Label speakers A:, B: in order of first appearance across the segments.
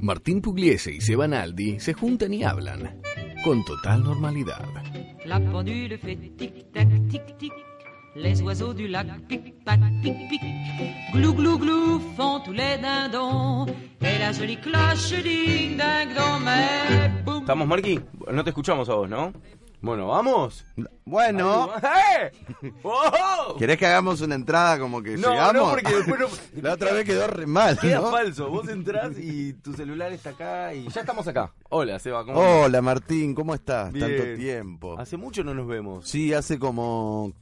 A: Martín Pugliese y Sebanaldi se juntan y hablan con total normalidad.
B: La pendule fait tic tac tic tic. Les oiseaux du lac pic-pac, pic-pic, glou glou glou font tous les dindons. Et la jolie cloche ding ding dong, mais boum.
C: ¿Estamos, Marqui? No te escuchamos a vos, ¿no? Bueno, vamos.
D: Bueno,
C: ¡Eh! ¡Oh!
D: ¿querés que hagamos una entrada como que
C: No,
D: llegamos?
C: no, porque después no-
D: La otra vez quedó re mal,
C: Queda
D: ¿no?
C: falso. Vos entrás y tu celular está acá y ya estamos acá. Hola, Seba, ¿cómo andás?
D: Hola Martín, ¿cómo estás?
C: Bien.
D: Tanto tiempo.
C: Hace mucho no nos vemos.
D: Sí, hace como,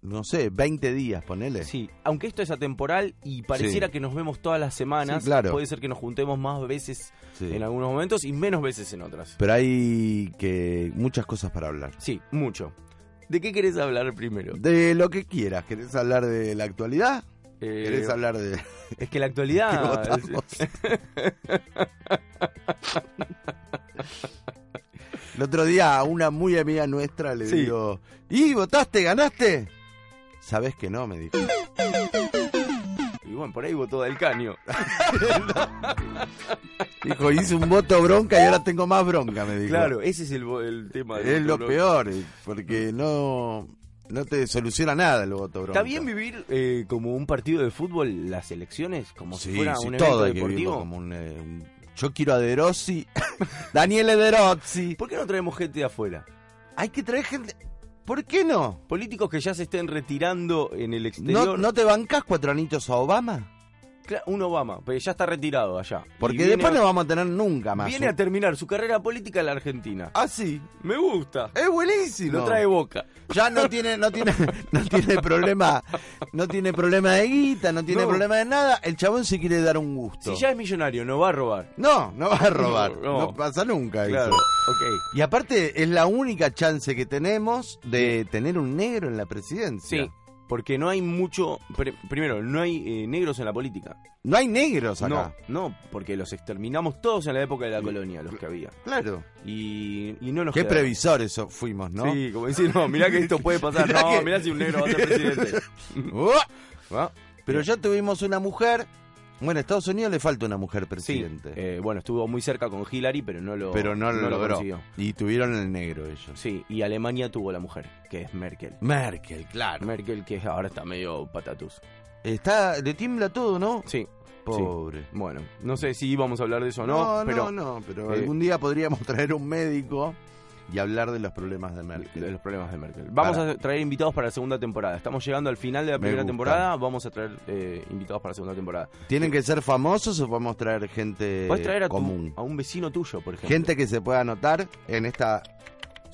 D: no sé, 20 días, ponele.
C: Sí, aunque esto es atemporal y pareciera que nos vemos todas las semanas,
D: Sí, claro.
C: puede ser que nos juntemos más veces
D: Sí.
C: en algunos momentos y menos veces en otras.
D: Pero hay que muchas cosas para hablar.
C: Sí, mucho. ¿De qué querés hablar primero?
D: De lo que quieras, ¿querés hablar de la actualidad?
C: Eh,
D: ¿Querés hablar de
C: Es que la
D: que
C: actualidad...
D: votamos? El otro día a una muy amiga nuestra le
C: Sí.
D: digo, ¿y votaste, ganaste? Sabes que no, me dijo.
C: Y bueno, por ahí votó del caño.
D: Dijo, hice un voto bronca y ahora tengo más bronca, me dijo.
C: Claro, ese es el, vo- el tema. del
D: Es lo
C: voto bronca.
D: peor, eh, porque no, no te soluciona nada el voto bronca.
C: ¿Está bien vivir eh, como un partido de fútbol las elecciones? Como si
D: Sí,
C: fuera
D: sí,
C: un
D: todo
C: evento
D: hay que vivirlo
C: deportivo.
D: como un, eh, un- Yo quiero a De Rossi, Daniel De Rossi.
C: ¿Por qué no traemos gente de afuera?
D: Hay que traer gente... ¿Por qué no?
C: Políticos que ya se estén retirando en el
D: ¿No,
C: exterior.
D: no te bancás cuatro anitos a Obama?
C: Cla- Un Obama, pero ya está retirado allá. Y
D: Porque
C: viene
D: después
C: a-
D: no vamos a tener nunca más. ¿eh?
C: Viene
D: un-
C: a terminar su carrera política en la Argentina.
D: Ah, sí. Eh,
C: Me gusta.
D: Es buenísimo.
C: Lo trae boca.
D: Ya no tiene, no tiene, no tiene problema, no tiene problema de guita, no tiene
C: No.
D: problema de nada. El chabón se quiere dar un gusto.
C: Si ya es millonario, no va a robar.
D: No, no va a robar.
C: No, no.
D: No, pasa nunca
C: Claro.
D: eso.
C: Ok.
D: Y aparte es la única chance que tenemos de tener un negro en la presidencia.
C: Sí. Porque no hay mucho. pr- primero, no hay eh, negros en la política.
D: No hay negros acá.
C: No, no, porque los exterminamos todos en la época de la colonia, los que había.
D: Claro.
C: Y, y no nos
D: Qué
C: queda.
D: previsores so- fuimos, ¿no?
C: Sí, como decir, no, mirá que esto puede pasar.
D: Mirá
C: no,
D: que-
C: mirá si un negro va a ser presidente.
D: ¡Uah!
C: Ah,
D: Pero ya tuvimos una mujer. Bueno, a Estados Unidos le falta una mujer presidente.
C: eh, bueno, estuvo muy cerca con Hillary, pero no lo,
D: pero no, lo logró.
C: consiguió.
D: y tuvieron el negro ellos.
C: Sí, y Alemania tuvo la mujer, que es Merkel.
D: Merkel, claro.
C: Merkel, que ahora está medio patatús.
D: Está, le tiembla todo, ¿no?
C: Sí,
D: Pobre.
C: bueno, no sé si íbamos a hablar de eso o no,
D: no,
C: pero
D: no, no, pero
C: eh,
D: algún día podríamos traer un médico y hablar de los problemas de
C: de
D: Merkel.
C: los problemas de Merkel. Vamos
D: Para.
C: a traer invitados para la segunda temporada. Estamos llegando al final de la
D: Me
C: primera
D: gusta.
C: temporada, vamos a traer eh, invitados para la segunda temporada.
D: ¿Tienen que ser famosos o podemos traer gente
C: Puedes traer a, tu-
D: Eh, común?
C: a un vecino tuyo, por ejemplo.
D: Gente que se pueda anotar en esta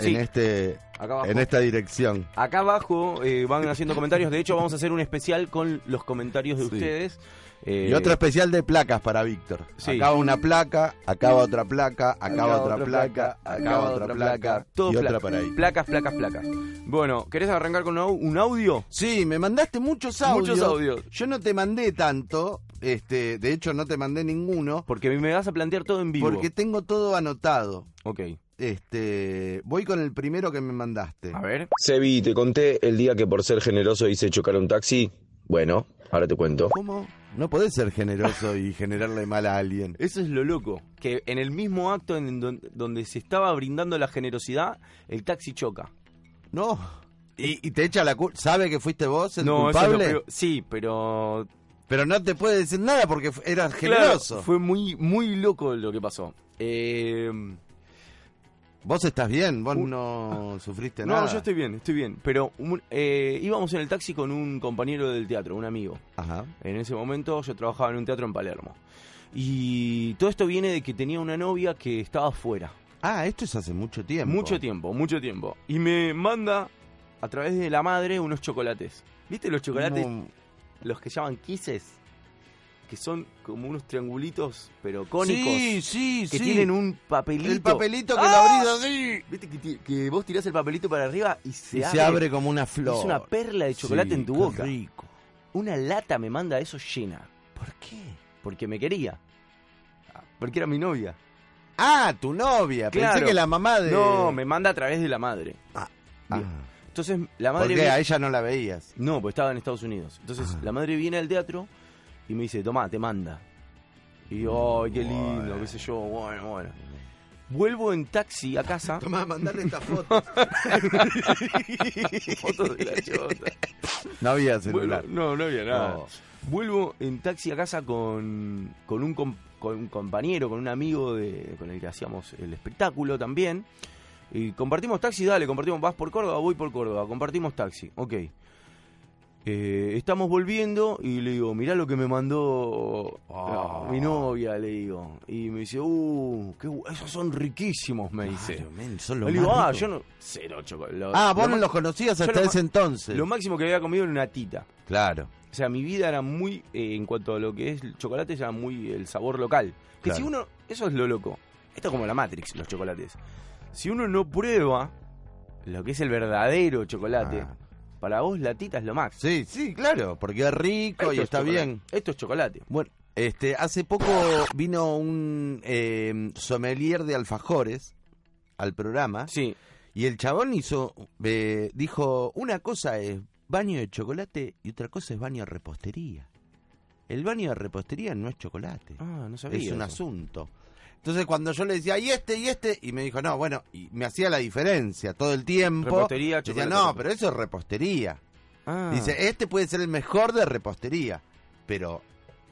C: Sí.
D: en este
C: acá abajo.
D: en esta dirección.
C: Acá abajo eh, van haciendo comentarios. De hecho, vamos a hacer un especial con los comentarios de
D: Sí.
C: ustedes. Eh,
D: Y otro especial de placas para Víctor.
C: Sí.
D: Acaba una placa, acaba otra placa, acaba otra placa, acaba otra placa
C: Todo
D: y otra
C: pla-
D: para ahí.
C: Placas, placas, placas. Bueno, ¿querés arrancar con un au- un audio?
D: Sí, me mandaste muchos audios.
C: Muchos audios.
D: Yo no te mandé tanto, este, de hecho no te mandé ninguno,
C: Porque me vas a plantear todo en vivo.
D: porque tengo todo anotado.
C: Ok,
D: Este, voy con el primero que me mandaste.
C: a ver.
E: Sebi, te conté el día que por ser generoso hice chocar un taxi. Bueno, ahora te cuento.
D: ¿Cómo? No podés ser generoso y generarle mal a alguien.
C: Eso es lo loco. Que en el mismo acto en don- donde se estaba brindando la generosidad, el taxi choca.
D: No. Y, y te echa la culpa. ¿Sabe que fuiste vos el
C: no, eso es lo
D: culpable?
C: peor. Sí, pero.
D: Pero no te puede decir nada porque fu- eras
C: claro,
D: generoso.
C: fue muy, muy loco lo que pasó. Eh.
D: Vos estás bien, vos
C: Uh.
D: no sufriste
C: No,
D: nada.
C: yo estoy bien, estoy bien. Pero un- eh, íbamos en el taxi con un compañero del teatro, un amigo.
D: Ajá.
C: En ese momento yo trabajaba en un teatro en Palermo. Y todo esto viene de que tenía una novia que estaba afuera.
D: Ah, esto es hace mucho tiempo.
C: Mucho tiempo, mucho tiempo. Y me manda a través de la madre unos chocolates. ¿Viste los chocolates?
D: No,
C: Los que llaman kisses. que son como unos triangulitos, pero cónicos.
D: Sí, sí,
C: que
D: sí.
C: tienen un papelito.
D: El papelito que
C: ¡Ah!
D: lo abrís así.
C: Viste que, ti- que vos tirás el papelito para arriba y se
D: Y
C: abre.
D: se abre como una flor.
C: Es una perla de chocolate
D: Sí,
C: en tu
D: qué
C: boca.
D: rico.
C: Una lata me manda eso llena. ¿Por qué? Porque me quería. Ah, Porque era mi novia.
D: Ah, tu novia.
C: Claro.
D: Pensé que la mamá Ah, de.
C: No, me manda a través de la madre.
D: Ah,
C: Bien. Entonces la madre...
D: ¿Por qué?
C: me-
D: A ella no la veías.
C: No, pues estaba en Estados Unidos. Entonces
D: Ah.
C: la madre viene al teatro y me dice, tomá, te manda. Y yo, ay, qué lindo, qué sé yo, bueno, bueno. Vuelvo en taxi a casa.
D: Tomá, mandale esta foto.
C: Fotos de la chota.
D: No había celular.
C: Vuelvo- no, no había nada.
D: No.
C: Vuelvo en taxi a casa con, con, un, com- con un compañero, con un amigo de, con el que hacíamos el espectáculo también. Y compartimos taxi, dale, compartimos, vas por Córdoba, voy por Córdoba, compartimos taxi, ok. Eh, estamos volviendo y le digo, mirá lo que me mandó
D: Ah.
C: mi novia, le digo. Y me dice, uh, qué gu- esos son riquísimos, me dice.
D: Claro, men, son lo
C: Le digo,
D: más
C: ah,
D: rico.
C: yo no... Cero chocolate. Lo-
D: Ah,
C: lo
D: vos no
C: ma-
D: los conocías
C: yo
D: hasta
C: lo
D: ese
C: ma-
D: entonces.
C: Lo máximo que había comido era una tita.
D: Claro.
C: O sea, mi vida era muy, eh, en cuanto a lo que es el chocolate, era muy el sabor local. Que
D: Claro.
C: si uno, eso es lo loco. Esto es como la Matrix, los chocolates. Si uno no prueba lo que es el verdadero chocolate,
D: Ah.
C: para vos la tita es lo máximo.
D: Sí, sí, claro, porque es rico
C: Esto
D: y
C: es
D: está
C: chocolate.
D: bien.
C: Esto es chocolate.
D: Bueno, este, hace poco vino un eh, sommelier de alfajores al programa
C: Sí,
D: y el chabón hizo, eh, dijo, una cosa es baño de chocolate y otra cosa es baño de repostería. El baño de repostería no es chocolate,
C: Ah, no sabía
D: es un
C: eso.
D: asunto. Entonces cuando yo le decía, y este, y este, y me dijo, no, bueno, y me hacía la diferencia todo el tiempo.
C: Repostería,
D: Decía,
C: chocolate,
D: no,
C: repostería".
D: pero eso es repostería.
C: Ah.
D: Dice, este puede ser el mejor de repostería, pero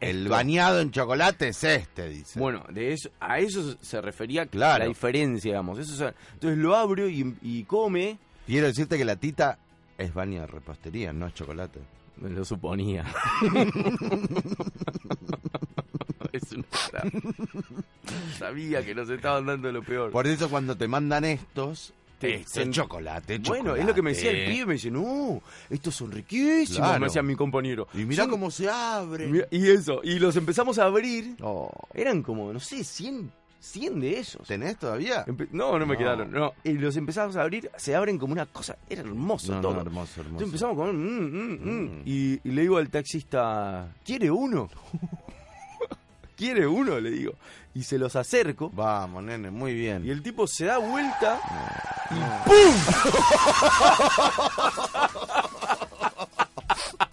D: el
C: Esto.
D: bañado en chocolate es este, dice.
C: Bueno, de eso, a eso se refería
D: Claro.
C: la diferencia, digamos. Eso, es- entonces lo abro y, y come.
D: Quiero decirte que la tita es baño de repostería, no es chocolate.
C: Me lo suponía. es una cara. Sabía que nos estaban dando lo peor.
D: Por eso cuando te mandan estos,
C: Te-
D: este es
C: sen-
D: chocolate,
C: bueno, es lo que me decía el pibe, me dice, no, estos son riquísimos,
D: Claro.
C: me decía mi compañero.
D: Y mira
C: Son-
D: cómo se abre.
C: Mirá- Y eso, y los empezamos a abrir,
D: Oh,
C: eran como, no sé, 100, 100 de esos.
D: ¿Tenés todavía?
C: Empe- no, no me
D: No.
C: quedaron, no. Y los empezamos a abrir, se abren como una cosa, era hermoso
D: No, no,
C: todo.
D: hermoso, hermoso.
C: Entonces empezamos con mm, mm, mm,
D: Mm.
C: y, y le digo al taxista, ¿quiere uno? ¿Quiere uno? Le digo. Y se los acerco.
D: Vamos, nene, muy bien.
C: Y el tipo se da vuelta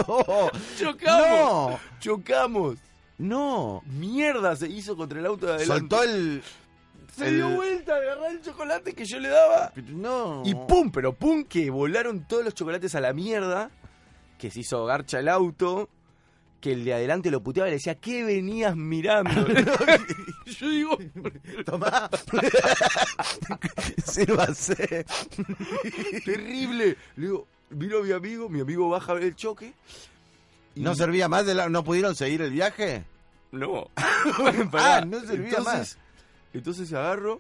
D: Oh,
C: y chocamos.
D: ¡No!
C: Chocamos.
D: ¡No!
C: Mierda se hizo contra el auto de adelante.
D: Soltó el...
C: se dio
D: el-
C: vuelta, agarró el chocolate que yo le daba.
D: No.
C: Y pum, pero pum, que volaron todos los chocolates a la mierda. Que se hizo garcha el auto. Que el de adelante lo puteaba y le decía, ¿qué venías mirando? Y yo digo,
D: Tomá. Sírvase.
C: terrible. Le digo, vino mi amigo, mi amigo baja a ver el choque. y-
D: ¿No servía más? De la... ¿No pudieron seguir el viaje?
C: No.
D: Ah, no servía más.
C: Entonces agarro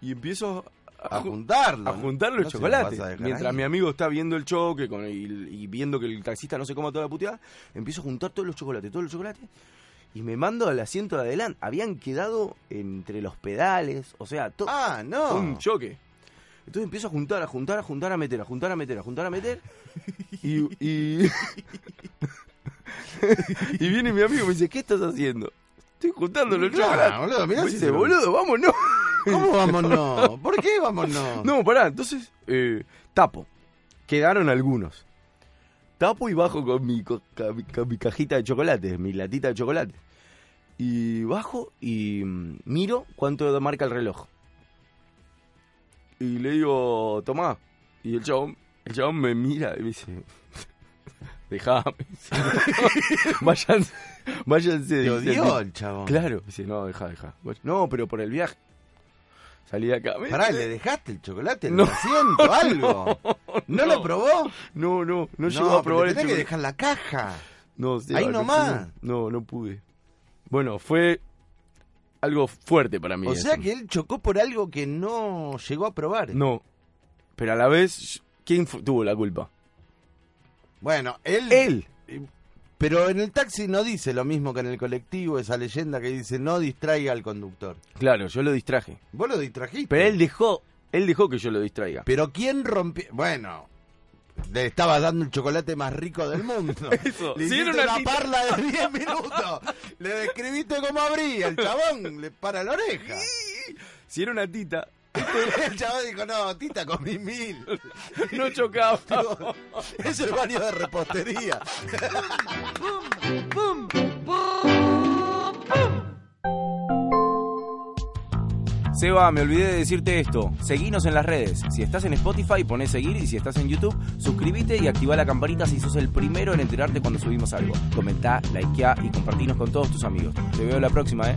C: y empiezo a,
D: A
C: ju-
D: juntarlo.
C: a juntar los
D: No se lo
C: chocolates.
D: vas a dejar
C: Mientras
D: ahí.
C: mi amigo está viendo el choque con el- y viendo que el taxista no se coma toda la puteada, empiezo a juntar todos los chocolates, todos los chocolates. Y me mando al asiento de adelante. Habían quedado entre los pedales, o sea, todo
D: Ah, no.
C: un choque. Entonces empiezo a juntar, a juntar, a juntar, a meter, a juntar, a meter, a juntar, a meter. Y, y- y viene mi amigo y me dice, ¿qué estás haciendo? Estoy juntando los
D: No,
C: chocolates.
D: boludo, mirá
C: Me
D: si
C: dice,
D: se lo-
C: boludo, vámonos.
D: ¿Cómo vamos no? ¿Por qué vamos no?
C: No, pará, entonces eh, tapo. Quedaron algunos. Tapo y bajo con mi, co- ca- mi- ca- mi cajita de chocolate, mi latita de chocolate. Y bajo y mm, miro cuánto marca el reloj. Y le digo, tomá. Y el chabón, el chabón me mira y me dice, dejame. váyanse, váyanse.
D: Te
C: dice el
D: odió
C: tipo.
D: el chabón.
C: Claro. Dice, no, deja, deja. Bueno, No, pero por el viaje. Salí de acá.
D: Pará, ¿le dejaste el chocolate en
C: No.
D: el asiento algo? ¿No, lo
C: no.
D: probó?
C: No, no, no, llegó
D: pero
C: a probar el
D: tenés que
C: chocolate.
D: dejar la caja.
C: No, sí,
D: ahí
C: no, no
D: nomás.
C: pude. No, no pude. Bueno, fue algo fuerte para mí.
D: O
C: eso.
D: sea que él chocó por algo que no llegó a probar.
C: No, pero a la vez, ¿quién fu- tuvo la culpa?
D: Bueno, él...
C: Él.
D: Pero en el taxi no dice lo mismo que en el colectivo, esa leyenda que dice no distraiga al conductor.
C: Claro, yo lo distraje.
D: Vos lo distrajiste.
C: Pero él dejó, él dejó que yo lo distraiga.
D: Pero ¿quién rompió? Bueno, le estabas dando el chocolate más rico del mundo.
C: Eso,
D: Le
C: si
D: hiciste
C: era una
D: una,
C: pizza.
D: parla de 10 minutos. le describiste cómo abría. El chabón le para la oreja.
C: Si era una tita,
D: el chabón dijo, no, tita, comí mil.
C: no chocaba.
D: es el baño de repostería.
B: Boom, boom, boom.
C: Seba, me olvidé de decirte esto. Seguinos en las redes. Si estás en Spotify, poné seguir y si estás en YouTube, suscríbete y activa la campanita si sos el primero en enterarte cuando subimos algo. Comentá, likeá y compartinos con todos tus amigos. Te veo la próxima, ¿eh?